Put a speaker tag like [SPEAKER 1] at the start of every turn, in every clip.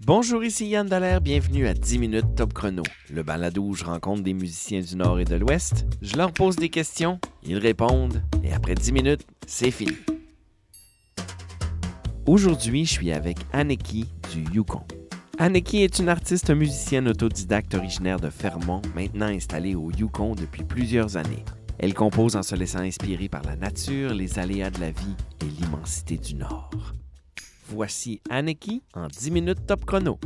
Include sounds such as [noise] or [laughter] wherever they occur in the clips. [SPEAKER 1] Bonjour, ici Yann Dallaire, bienvenue à 10 minutes Top Chrono, le balado où je rencontre des musiciens du Nord et de l'Ouest, je leur pose des questions, ils répondent, et après 10 minutes, c'est fini. Aujourd'hui, je suis avec Aneki du Yukon. Aneki est une artiste musicienne autodidacte originaire de Fermont, maintenant installée au Yukon depuis plusieurs années. Elle compose en se laissant inspirer par la nature, les aléas de la vie et l'immensité du Nord. Voici Aneki en 10 minutes top chrono.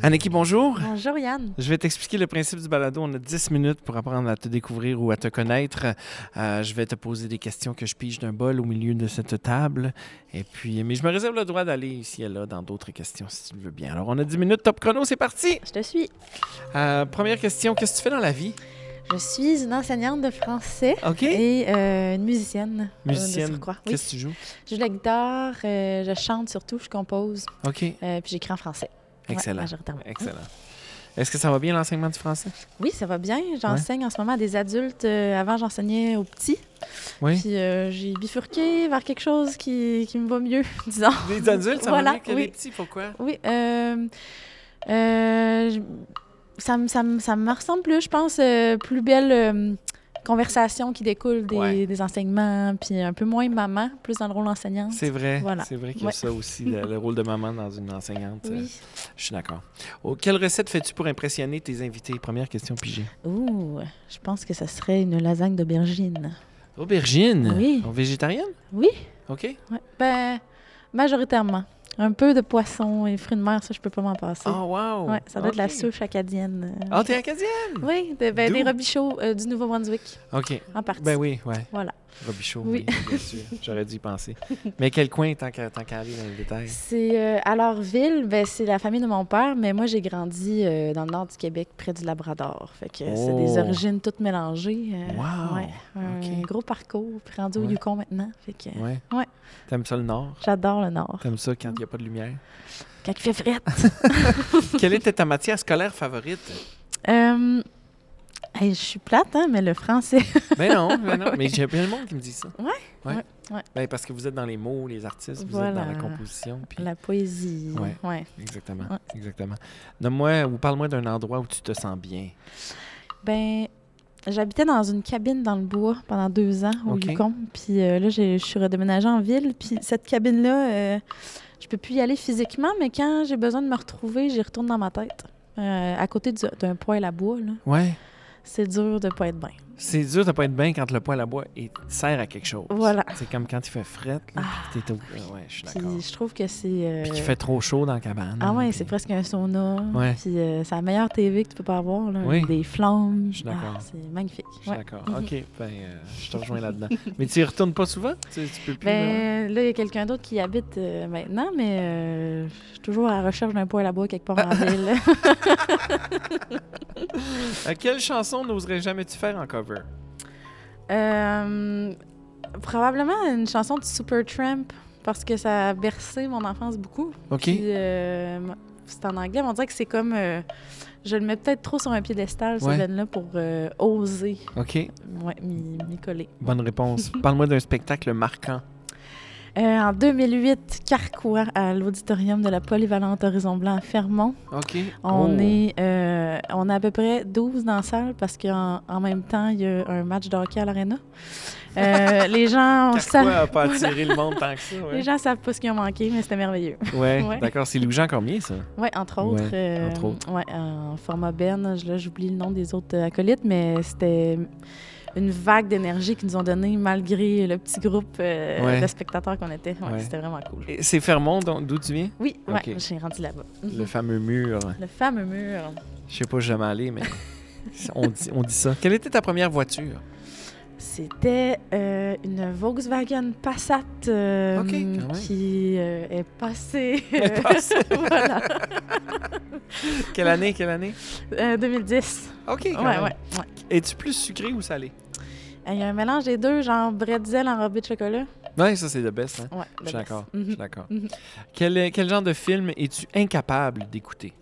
[SPEAKER 1] Aneki, bonjour.
[SPEAKER 2] Bonjour Yann.
[SPEAKER 1] Je vais t'expliquer le principe du balado. On a 10 minutes pour apprendre à te découvrir ou à te connaître. Euh, je vais te poser des questions que je pige d'un bol au milieu de cette table. Et puis, mais je me réserve le droit d'aller ici et là dans d'autres questions si tu le veux bien. Alors, on a 10 minutes top chrono, c'est parti.
[SPEAKER 2] Je te suis.
[SPEAKER 1] Euh, première question, qu'est-ce que tu fais dans la vie?
[SPEAKER 2] Je suis une enseignante de français
[SPEAKER 1] OK.
[SPEAKER 2] et euh, une musicienne. euh, de
[SPEAKER 1] Musicienne,
[SPEAKER 2] surcroît. Oui.
[SPEAKER 1] qu'est-ce que tu joues?
[SPEAKER 2] Je joue de la guitare, euh, je chante surtout, je compose,
[SPEAKER 1] OK,
[SPEAKER 2] euh, puis j'écris en français. Ouais,
[SPEAKER 1] excellent.
[SPEAKER 2] majoritairement.
[SPEAKER 1] Excellent. Est-ce que ça va bien l'enseignement du français?
[SPEAKER 2] Oui, ça va bien. J'enseigne en ce moment à des adultes. Euh, avant, j'enseignais aux petits.
[SPEAKER 1] Oui.
[SPEAKER 2] Puis euh, j'ai bifurqué vers quelque chose qui, qui me va mieux, [laughs] disons.
[SPEAKER 1] Les adultes, ça va
[SPEAKER 2] Voilà,
[SPEAKER 1] mieux que
[SPEAKER 2] oui.
[SPEAKER 1] les petits, pourquoi?
[SPEAKER 2] Oui, euh, euh, je- ça, me- ça, me- ça me ressemble plus, je pense, euh, plus belle euh, conversation qui découle des,
[SPEAKER 1] Ouais.
[SPEAKER 2] des enseignements, puis un peu moins maman, plus dans le rôle enseignante.
[SPEAKER 1] C'est vrai.
[SPEAKER 2] Voilà.
[SPEAKER 1] C'est vrai qu'il y a
[SPEAKER 2] Ouais.
[SPEAKER 1] ça aussi, le, le rôle de maman dans une enseignante. euh,
[SPEAKER 2] Oui.
[SPEAKER 1] Je suis d'accord. Oh, quelle recette fais-tu pour impressionner tes invités? Première question pigée.
[SPEAKER 2] Ouh, je pense que ça serait une lasagne d'aubergine.
[SPEAKER 1] Aubergine?
[SPEAKER 2] Oui.
[SPEAKER 1] Oh, végétarienne?
[SPEAKER 2] Oui,
[SPEAKER 1] OK.
[SPEAKER 2] ouais. ben, majoritairement. Un peu de poisson et fruits de mer, ça, je peux pas m'en passer.
[SPEAKER 1] Oh, wow.
[SPEAKER 2] Ouais, ça doit être la
[SPEAKER 1] OK.
[SPEAKER 2] souche acadienne. euh,
[SPEAKER 1] Ah, t'es acadienne?
[SPEAKER 2] [laughs] Oui, de- ben,
[SPEAKER 1] D'où?
[SPEAKER 2] des robichauds euh, du Nouveau-Brunswick,
[SPEAKER 1] OK.
[SPEAKER 2] en partie.
[SPEAKER 1] Ben oui, ouais.
[SPEAKER 2] Voilà.
[SPEAKER 1] Robichaud, oui,
[SPEAKER 2] Oui. [laughs]
[SPEAKER 1] bien sûr. J'aurais dû y penser. Mais quel coin, tant qu'à tant qu'à aller dans les détails?
[SPEAKER 2] C'est euh, à Lorville, ben, c'est la famille de mon père, mais moi j'ai grandi euh, dans le nord du Québec, près du Labrador. Fait que c'est
[SPEAKER 1] Oh.
[SPEAKER 2] des origines toutes mélangées. euh,
[SPEAKER 1] Wow!
[SPEAKER 2] ouais, un
[SPEAKER 1] Ok.
[SPEAKER 2] gros parcours, puis rendu au
[SPEAKER 1] Ouais.
[SPEAKER 2] Yukon maintenant. Fait que
[SPEAKER 1] Ouais.
[SPEAKER 2] Ouais.
[SPEAKER 1] T'aimes ça le nord?
[SPEAKER 2] j'adore le nord.
[SPEAKER 1] T'aimes ça quand il n'y a pas de
[SPEAKER 2] [laughs]
[SPEAKER 1] lumière?
[SPEAKER 2] Quand il fait fret.
[SPEAKER 1] Quelle était ta matière scolaire favorite?
[SPEAKER 2] [laughs] Euh, hey, je suis plate, hein, mais le français. [laughs]
[SPEAKER 1] Ben non, ben non. Mais j'ai plein de monde qui me dit ça.
[SPEAKER 2] Ouais,
[SPEAKER 1] Ouais.
[SPEAKER 2] ouais, ouais.
[SPEAKER 1] Ben parce que vous êtes dans les mots, les artistes, vous êtes dans la
[SPEAKER 2] Voilà.
[SPEAKER 1] composition. puis-
[SPEAKER 2] la poésie.
[SPEAKER 1] Ouais.
[SPEAKER 2] ouais.
[SPEAKER 1] Exactement,
[SPEAKER 2] Ouais.
[SPEAKER 1] exactement. Nomme-moi ou parle-moi d'un endroit où tu te sens bien.
[SPEAKER 2] Ben, j'habitais dans une cabine dans le bois pendant deux ans au
[SPEAKER 1] Ok.
[SPEAKER 2] Yukon. Puis euh, là, j'ai- je suis redéménagée en ville. Puis cette cabine-là, euh, je peux plus y aller physiquement, mais quand j'ai besoin de me retrouver, j'y retourne dans ma tête. Euh, à côté du- d'un poêle à bois, là,
[SPEAKER 1] Ouais.
[SPEAKER 2] c'est dur de pas être bien.
[SPEAKER 1] C'est dur de pas être bien quand le poêle à bois il sert à quelque chose.
[SPEAKER 2] Voilà.
[SPEAKER 1] C'est comme quand il fait fret, là,
[SPEAKER 2] Ah,
[SPEAKER 1] puis t'es au... Ouais, je suis d'accord.
[SPEAKER 2] Puis je trouve que c'est. euh,
[SPEAKER 1] Puis qu'il fait trop chaud dans la cabane.
[SPEAKER 2] Ah ouais,
[SPEAKER 1] puis-
[SPEAKER 2] c'est presque un sauna.
[SPEAKER 1] Ouais.
[SPEAKER 2] Puis euh, c'est la meilleure TV que tu peux pas avoir. Là.
[SPEAKER 1] Oui.
[SPEAKER 2] Des flammes.
[SPEAKER 1] Je suis d'accord.
[SPEAKER 2] Ah, c'est magnifique.
[SPEAKER 1] Je suis
[SPEAKER 2] Ouais.
[SPEAKER 1] d'accord.
[SPEAKER 2] Mhm.
[SPEAKER 1] OK, ben, euh, je te rejoins là-dedans. [laughs] Mais tu y retournes pas souvent? Tu, tu peux plus... euh, là?
[SPEAKER 2] Ben, là, il y a quelqu'un d'autre qui y habite euh, maintenant, mais euh, je suis toujours à la recherche d'un poêle à bois quelque part en
[SPEAKER 1] Ah.
[SPEAKER 2] ville. [laughs]
[SPEAKER 1] Euh, quelle chanson n'oserais jamais-tu faire en cover?
[SPEAKER 2] Euh, probablement une chanson de Supertramp, parce que ça a bercé mon enfance beaucoup.
[SPEAKER 1] OK.
[SPEAKER 2] Puis, euh, m- c'est en anglais, mais on dirait que c'est comme... euh, je le mets peut-être trop sur un piédestal, ce
[SPEAKER 1] Ouais.
[SPEAKER 2] là pour euh, oser
[SPEAKER 1] OK,
[SPEAKER 2] ouais, m'y m'y coller.
[SPEAKER 1] bonne réponse.
[SPEAKER 2] [laughs]
[SPEAKER 1] Parle-moi d'un spectacle marquant.
[SPEAKER 2] Euh, en 2008, Carquois, à l'auditorium de la Polyvalente Horizon Blanc à Fermont,
[SPEAKER 1] OK.
[SPEAKER 2] On
[SPEAKER 1] Oh.
[SPEAKER 2] est euh, on a à peu près 12 dans la salle parce qu'en en même temps, il y a un match de hockey à l'arena.
[SPEAKER 1] [laughs]
[SPEAKER 2] Euh, les gens
[SPEAKER 1] Carquois
[SPEAKER 2] savent
[SPEAKER 1] a pas attiré le monde tant que ça, ouais.
[SPEAKER 2] [laughs] les gens savent pas ce qu'ils ont manqué, mais c'était merveilleux. [laughs]
[SPEAKER 1] Ouais,
[SPEAKER 2] Ouais.
[SPEAKER 1] d'accord. C'est Louis-Jean Cormier, ça.
[SPEAKER 2] Oui, entre autres. euh,
[SPEAKER 1] entre autres.
[SPEAKER 2] ouais, en format Ben, je- là, j'oublie le nom des autres euh, acolytes, mais c'était une vague d'énergie qu'ils nous ont donnée malgré le petit groupe euh,
[SPEAKER 1] Ouais.
[SPEAKER 2] de spectateurs qu'on était. Ouais,
[SPEAKER 1] Ouais.
[SPEAKER 2] C'était vraiment cool.
[SPEAKER 1] Et C'est Fermont dont- d'où tu viens?
[SPEAKER 2] Oui,
[SPEAKER 1] Ok.
[SPEAKER 2] ouais, j'ai rendu là-bas.
[SPEAKER 1] Le fameux mur.
[SPEAKER 2] Le fameux mur.
[SPEAKER 1] Je sais pas où je vais m'aller,
[SPEAKER 2] [laughs]
[SPEAKER 1] mais on dit, on dit ça. Quelle était ta première voiture?
[SPEAKER 2] C'était euh, une Volkswagen Passat euh,
[SPEAKER 1] Ok, quand même.
[SPEAKER 2] qui euh, est passée.
[SPEAKER 1] Elle passe.
[SPEAKER 2] [laughs] voilà.
[SPEAKER 1] quelle année? Quelle année?
[SPEAKER 2] Euh, 2010.
[SPEAKER 1] OK,
[SPEAKER 2] Ouais,
[SPEAKER 1] quand
[SPEAKER 2] ouais,
[SPEAKER 1] même.
[SPEAKER 2] ouais.
[SPEAKER 1] Es-tu plus sucré ou salé?
[SPEAKER 2] Il y a un mélange des deux, genre bretzel enrobé de chocolat.
[SPEAKER 1] Oui, ça, c'est le best. hein.
[SPEAKER 2] Ouais,
[SPEAKER 1] Je
[SPEAKER 2] le
[SPEAKER 1] suis
[SPEAKER 2] best.
[SPEAKER 1] d'accord.
[SPEAKER 2] Mhm.
[SPEAKER 1] Je suis d'accord.
[SPEAKER 2] Mhm.
[SPEAKER 1] Quel, quel genre de film es-tu incapable d'écouter?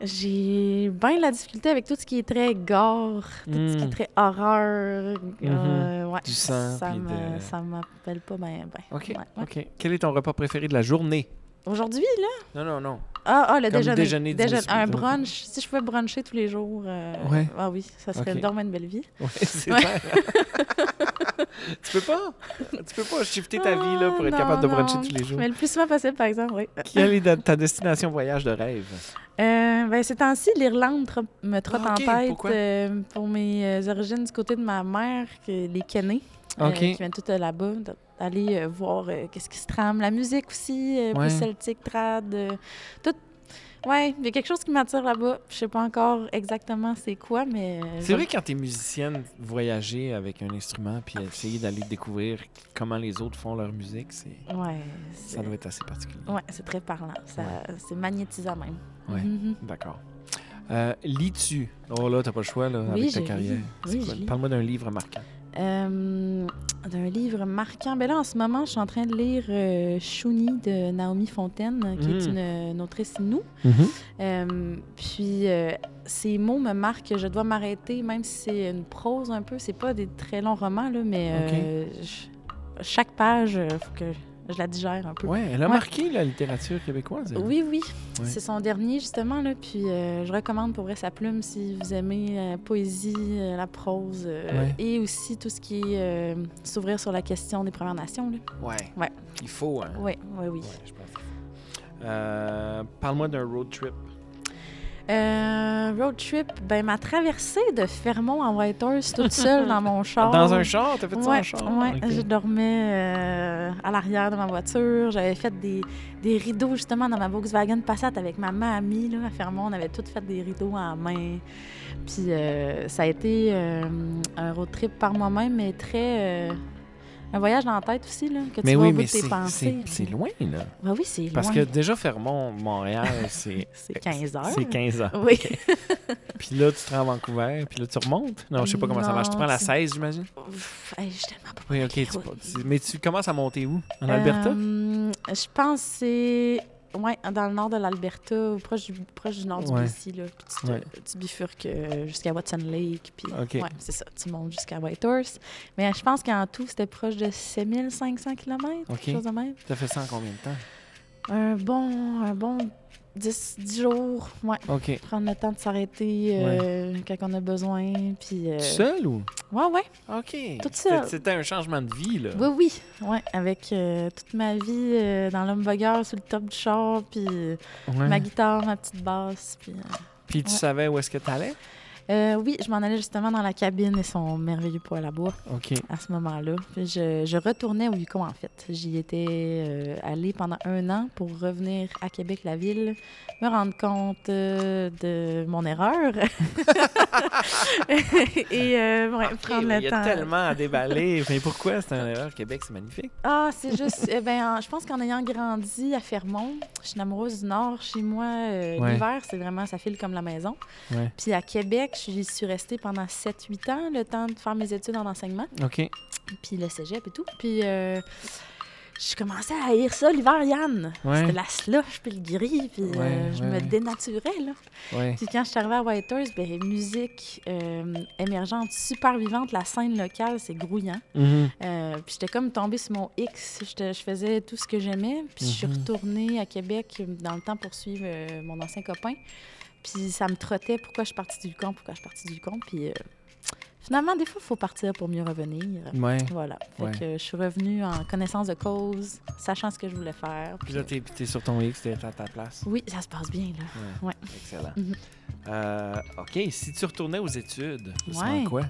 [SPEAKER 2] J'ai bien la difficulté avec tout ce qui est très gore, tout ce qui
[SPEAKER 1] Mm. Mhm.
[SPEAKER 2] est très horreur. euh, ouais.
[SPEAKER 1] Du sang,
[SPEAKER 2] Ça
[SPEAKER 1] puis
[SPEAKER 2] me-
[SPEAKER 1] de-
[SPEAKER 2] ça m'appelle pas bien. Ben.
[SPEAKER 1] OK.
[SPEAKER 2] Ouais, ouais.
[SPEAKER 1] OK. Quel est ton repas préféré de la journée?
[SPEAKER 2] Aujourd'hui, là?
[SPEAKER 1] Non, non, non.
[SPEAKER 2] Ah, ah, le
[SPEAKER 1] Comme
[SPEAKER 2] déjeuner.
[SPEAKER 1] déjeuner, dîner,
[SPEAKER 2] Déjeune-
[SPEAKER 1] souper,
[SPEAKER 2] un
[SPEAKER 1] là.
[SPEAKER 2] brunch. Si je pouvais bruncher tous les jours, euh,
[SPEAKER 1] Ouais.
[SPEAKER 2] ah oui, ça serait
[SPEAKER 1] Ok.
[SPEAKER 2] dormir une belle vie.
[SPEAKER 1] Ouais,
[SPEAKER 2] [laughs]
[SPEAKER 1] c'est
[SPEAKER 2] Ouais.
[SPEAKER 1] clair. [laughs] tu peux pas. Tu peux pas shifter ta vie là, pour être
[SPEAKER 2] Ah,
[SPEAKER 1] capable de
[SPEAKER 2] non,
[SPEAKER 1] bruncher
[SPEAKER 2] non.
[SPEAKER 1] tous les jours.
[SPEAKER 2] Mais le plus souvent possible, par exemple, oui.
[SPEAKER 1] Quelle est da- ta destination voyage de rêve?
[SPEAKER 2] Euh, ben, ces temps-ci, l'Irlande tro- me trotte
[SPEAKER 1] Ah, ok,
[SPEAKER 2] en tête
[SPEAKER 1] pourquoi?
[SPEAKER 2] euh, pour mes euh, origines du côté de ma mère, que- les Kennés, euh,
[SPEAKER 1] Ok.
[SPEAKER 2] qui viennent tout euh, là-bas, d- d'aller euh, voir euh, qu'est-ce qui se trame. La musique aussi, euh,
[SPEAKER 1] Ouais.
[SPEAKER 2] plus celtique, trad, euh, tout. Ouais, il y a quelque chose qui m'attire là-bas. Je sais pas encore exactement c'est quoi, mais... euh, je-
[SPEAKER 1] C'est vrai quand t'es musicienne, voyager avec un instrument puis essayer d'aller découvrir comment les autres font leur musique, c'est
[SPEAKER 2] Ouais,
[SPEAKER 1] ça
[SPEAKER 2] c'est
[SPEAKER 1] doit être assez particulier.
[SPEAKER 2] ouais, c'est très parlant. Ça- C'est magnétisant même.
[SPEAKER 1] Ouais.
[SPEAKER 2] Mhm.
[SPEAKER 1] D'accord. Euh, Lis-tu? Oh là, t'as pas le choix là,
[SPEAKER 2] Oui,
[SPEAKER 1] avec ta
[SPEAKER 2] je
[SPEAKER 1] carrière.
[SPEAKER 2] lis.
[SPEAKER 1] C'est
[SPEAKER 2] Oui,
[SPEAKER 1] quoi?
[SPEAKER 2] je lis.
[SPEAKER 1] Parle-moi d'un livre marquant.
[SPEAKER 2] Euh, d'un livre marquant. Ben là, en ce moment, je suis en train de lire euh, Shuni de Naomi Fontaine, euh, qui est
[SPEAKER 1] Mhm.
[SPEAKER 2] une, une autrice nous. puis, euh, ces mots me marquent. Je dois m'arrêter, même si c'est une prose un peu. C'est pas des très longs romans, là, mais
[SPEAKER 1] Ok.
[SPEAKER 2] euh, je- chaque page, euh, faut que je la digère un peu.
[SPEAKER 1] Ouais, elle a
[SPEAKER 2] Ouais.
[SPEAKER 1] marqué la littérature québécoise. elle.
[SPEAKER 2] Oui, oui.
[SPEAKER 1] Ouais.
[SPEAKER 2] C'est son dernier, justement. Là. Puis euh, je recommande pour vrai sa plume si vous aimez la poésie, euh, la prose euh,
[SPEAKER 1] Ouais.
[SPEAKER 2] et aussi tout ce qui est euh, s'ouvrir sur la question des Premières Nations.
[SPEAKER 1] Ouais.
[SPEAKER 2] Ouais.
[SPEAKER 1] Il faut, hein?
[SPEAKER 2] Oui, oui, oui.
[SPEAKER 1] Ouais, je pense. Euh, Parle-moi d'un road trip.
[SPEAKER 2] Euh, road trip, ben ma traversée de Fermont en Whitehorse toute seule
[SPEAKER 1] [laughs]
[SPEAKER 2] dans mon char.
[SPEAKER 1] Dans un char? T'as fait ça en
[SPEAKER 2] Ouais,
[SPEAKER 1] char?
[SPEAKER 2] ouais,
[SPEAKER 1] Ok.
[SPEAKER 2] je dormais euh, à l'arrière de ma voiture. J'avais fait des, des rideaux justement dans ma Volkswagen Passat avec ma mamie là, à Fermont. On avait toutes fait des rideaux en main. Puis euh, ça a été euh, un road trip par moi-même, mais très euh, un voyage dans la tête aussi là, que tu
[SPEAKER 1] Mais
[SPEAKER 2] vas
[SPEAKER 1] oui,
[SPEAKER 2] au bout
[SPEAKER 1] mais
[SPEAKER 2] de tes
[SPEAKER 1] c'est-
[SPEAKER 2] pensées.
[SPEAKER 1] c'est c'est loin, là.
[SPEAKER 2] Ben oui, c'est
[SPEAKER 1] Parce
[SPEAKER 2] loin.
[SPEAKER 1] que déjà, Fermont, Montréal, [laughs] c'est.
[SPEAKER 2] c'est 15 heures.
[SPEAKER 1] C'est 15 ans. [laughs]
[SPEAKER 2] Oui.
[SPEAKER 1] Puis là, tu te rends à Vancouver, puis là, tu remontes. Non, je sais pas comment ça
[SPEAKER 2] Non,
[SPEAKER 1] marche. Tu prends la
[SPEAKER 2] c'est-
[SPEAKER 1] 16, j'imagine?
[SPEAKER 2] Ouf, hey, je suis tellement pas
[SPEAKER 1] Oui, ok. tu
[SPEAKER 2] Oui.
[SPEAKER 1] pars- tu- Mais tu commences à monter où? En Alberta?
[SPEAKER 2] Euh, je pense que c'est ouais, dans le nord de l'Alberta, ou proche du, proche du nord
[SPEAKER 1] Ouais.
[SPEAKER 2] du BC. Là, puis tu, te-
[SPEAKER 1] Ouais.
[SPEAKER 2] tu bifurques euh, jusqu'à Watson Lake. Puis,
[SPEAKER 1] OK.
[SPEAKER 2] ouais, c'est ça, tu montes jusqu'à Whitehorse. Mais euh, je pense qu'en tout, c'était proche de 7500 km,
[SPEAKER 1] OK.
[SPEAKER 2] quelque chose de même.
[SPEAKER 1] T'as fait ça en combien de temps?
[SPEAKER 2] Un bon, un bon 10, 10 jours, ouais.
[SPEAKER 1] Ok.
[SPEAKER 2] Prendre le temps de s'arrêter euh, quand on a besoin. Puis, euh,
[SPEAKER 1] Tu Seul ou?
[SPEAKER 2] ouais, ouais.
[SPEAKER 1] Ok.
[SPEAKER 2] Toute
[SPEAKER 1] C'était-
[SPEAKER 2] seule.
[SPEAKER 1] C'était un changement de vie, là.
[SPEAKER 2] Oui, oui, ouais, avec euh, toute ma vie euh, dans l'humbucker, sous le top du char, puis euh,
[SPEAKER 1] Ouais.
[SPEAKER 2] ma guitare, ma petite basse. Puis, euh,
[SPEAKER 1] Puis tu
[SPEAKER 2] Ouais.
[SPEAKER 1] savais où est-ce que t'allais?
[SPEAKER 2] euh, oui, je m'en allais justement dans la cabine et son merveilleux poêle à bois
[SPEAKER 1] Ok.
[SPEAKER 2] à ce moment-là. Puis je, je retournais au Yukon, en fait. J'y étais euh, allée pendant un an pour revenir à Québec, la ville, me rendre compte euh, de mon erreur. [laughs] et
[SPEAKER 1] [laughs]
[SPEAKER 2] euh, ouais, prendre
[SPEAKER 1] mais Ah, Il
[SPEAKER 2] le
[SPEAKER 1] y a
[SPEAKER 2] temps.
[SPEAKER 1] tellement à [laughs] déballer. Mais pourquoi c'est un erreur? Québec, c'est magnifique.
[SPEAKER 2] Ah, c'est juste. eh ben, en- je pense qu'en ayant grandi à Fermont, je suis une amoureuse du Nord. Chez moi, euh,
[SPEAKER 1] Ouais.
[SPEAKER 2] l'hiver, c'est vraiment, ça file comme la maison.
[SPEAKER 1] Ouais.
[SPEAKER 2] Puis à Québec, je suis- suis restée pendant 7-8 ans, le temps de faire mes études en enseignement,
[SPEAKER 1] Ok.
[SPEAKER 2] puis le cégep et tout. Puis euh, je commençais à haïr ça l'hiver, Yann.
[SPEAKER 1] Ouais.
[SPEAKER 2] C'était la slush, puis le gris, puis euh,
[SPEAKER 1] Ouais,
[SPEAKER 2] je
[SPEAKER 1] ouais,
[SPEAKER 2] me
[SPEAKER 1] ouais.
[SPEAKER 2] dénaturais, là.
[SPEAKER 1] Ouais.
[SPEAKER 2] Puis quand je suis arrivée à Whitehorse, ben, musique euh, émergente, super vivante, la scène locale, c'est grouillant.
[SPEAKER 1] Mhm.
[SPEAKER 2] Euh, puis j'étais comme tombée sur mon X. J'étais- Je faisais tout ce que j'aimais. Puis je suis
[SPEAKER 1] Mhm.
[SPEAKER 2] retournée à Québec euh, dans le temps pour suivre euh, mon ancien copain. Puis ça me trottait pourquoi je suis partie du camp, pourquoi je suis partie du camp. Puis euh, finalement, des fois, il faut partir pour mieux revenir.
[SPEAKER 1] Mm-hmm. Ouais.
[SPEAKER 2] Voilà. Fait
[SPEAKER 1] Mhm. Ouais.
[SPEAKER 2] que euh, je suis revenue en connaissance de cause, sachant ce que je voulais faire. euh,
[SPEAKER 1] Puis là, t'es t'es sur ton X, t'es à ta place.
[SPEAKER 2] Oui, ça se passe bien, là. Ouais.
[SPEAKER 1] Excellent.
[SPEAKER 2] Mhm.
[SPEAKER 1] Euh, OK, si tu retournais aux études, ce serait
[SPEAKER 2] Ouais.
[SPEAKER 1] en quoi?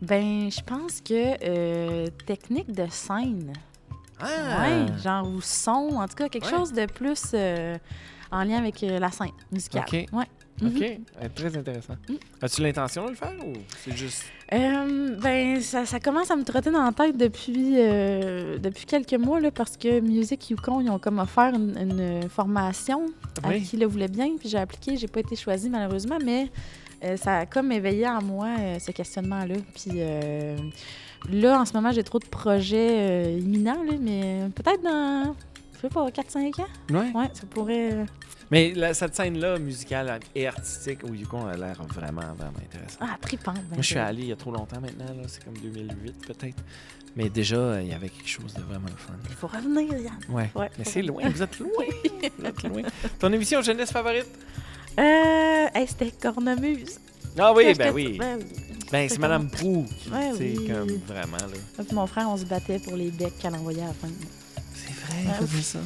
[SPEAKER 2] Ben, je pense que euh, technique de scène,
[SPEAKER 1] Ah!
[SPEAKER 2] ouais, genre ou son, en tout cas, quelque
[SPEAKER 1] Ouais.
[SPEAKER 2] chose de plus euh, en lien avec euh, la scène musicale.
[SPEAKER 1] Ok.
[SPEAKER 2] Ouais.
[SPEAKER 1] OK,
[SPEAKER 2] Mhm.
[SPEAKER 1] Euh, très intéressant.
[SPEAKER 2] Mhm.
[SPEAKER 1] As-tu l'intention de le faire ou c'est juste...
[SPEAKER 2] Euh, ben, ça, ça commence à me trotter dans la tête depuis, euh, depuis quelques mois, là, parce que Music Yukon, ils ont comme offert une, une euh, formation à
[SPEAKER 1] Oui.
[SPEAKER 2] qui le voulait bien, puis j'ai appliqué, j'ai pas été choisie malheureusement, mais euh, ça a comme éveillé en moi euh, ce questionnement-là. Puis euh, là, en ce moment, j'ai trop de projets euh, imminents, là, mais peut-être dans, je sais pas, 4-5 ans,
[SPEAKER 1] Ouais.
[SPEAKER 2] ouais, ça pourrait...
[SPEAKER 1] Mais la- cette scène-là, musicale et artistique au Yukon, elle a l'air vraiment, vraiment intéressante.
[SPEAKER 2] Ah, tripante. ben,
[SPEAKER 1] Moi, je suis
[SPEAKER 2] c'est-
[SPEAKER 1] allé il y a trop longtemps maintenant, là. c'est comme 2008 peut-être. Mais déjà, euh, il y avait quelque chose de vraiment le fun.
[SPEAKER 2] Il faut revenir, Yann.
[SPEAKER 1] Ouais.
[SPEAKER 2] Ouais.
[SPEAKER 1] Mais c'est loin, vous êtes [laughs] loin. Vous êtes loin. Ton émission jeunesse favorite?
[SPEAKER 2] Euh, hey, c'était Cornemuse.
[SPEAKER 1] Ah oui,
[SPEAKER 2] Qu'est-ce
[SPEAKER 1] ben
[SPEAKER 2] que-
[SPEAKER 1] oui.
[SPEAKER 2] ben
[SPEAKER 1] Ben, c'est Madame Pou. qui-
[SPEAKER 2] Ouais,
[SPEAKER 1] tu sais,
[SPEAKER 2] oui.
[SPEAKER 1] comme vraiment, là.
[SPEAKER 2] Moi puis mon frère, on se battait pour les becs qu'elle envoyait à la fin.
[SPEAKER 1] C'est vrai,
[SPEAKER 2] Ah
[SPEAKER 1] t'as vu ça?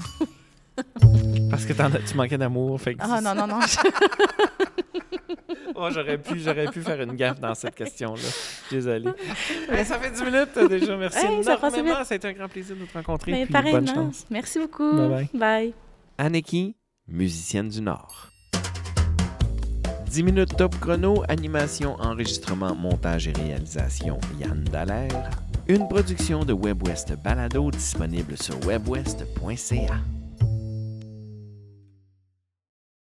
[SPEAKER 1] [laughs] Parce que t'en as- tu manquais d'amour, fait que
[SPEAKER 2] Ah non, non, non.
[SPEAKER 1] Oh, j'aurais pu, j'aurais pu faire une gaffe dans cette question-là. Désolé. Hey, ça fait 10 minutes euh, déjà. Merci
[SPEAKER 2] Hey, ça passe
[SPEAKER 1] énormément. Ça a été un grand plaisir de te rencontrer.
[SPEAKER 2] Mais
[SPEAKER 1] puis
[SPEAKER 2] pareil,
[SPEAKER 1] bonne
[SPEAKER 2] non.
[SPEAKER 1] chance.
[SPEAKER 2] Merci beaucoup.
[SPEAKER 1] Bye-bye.
[SPEAKER 2] Bye.
[SPEAKER 1] Aneki, musicienne du Nord. 10 minutes top chrono, animation, enregistrement, montage et réalisation, Yann Dallaire. Une production de WebWest Balado disponible sur webwest.ca.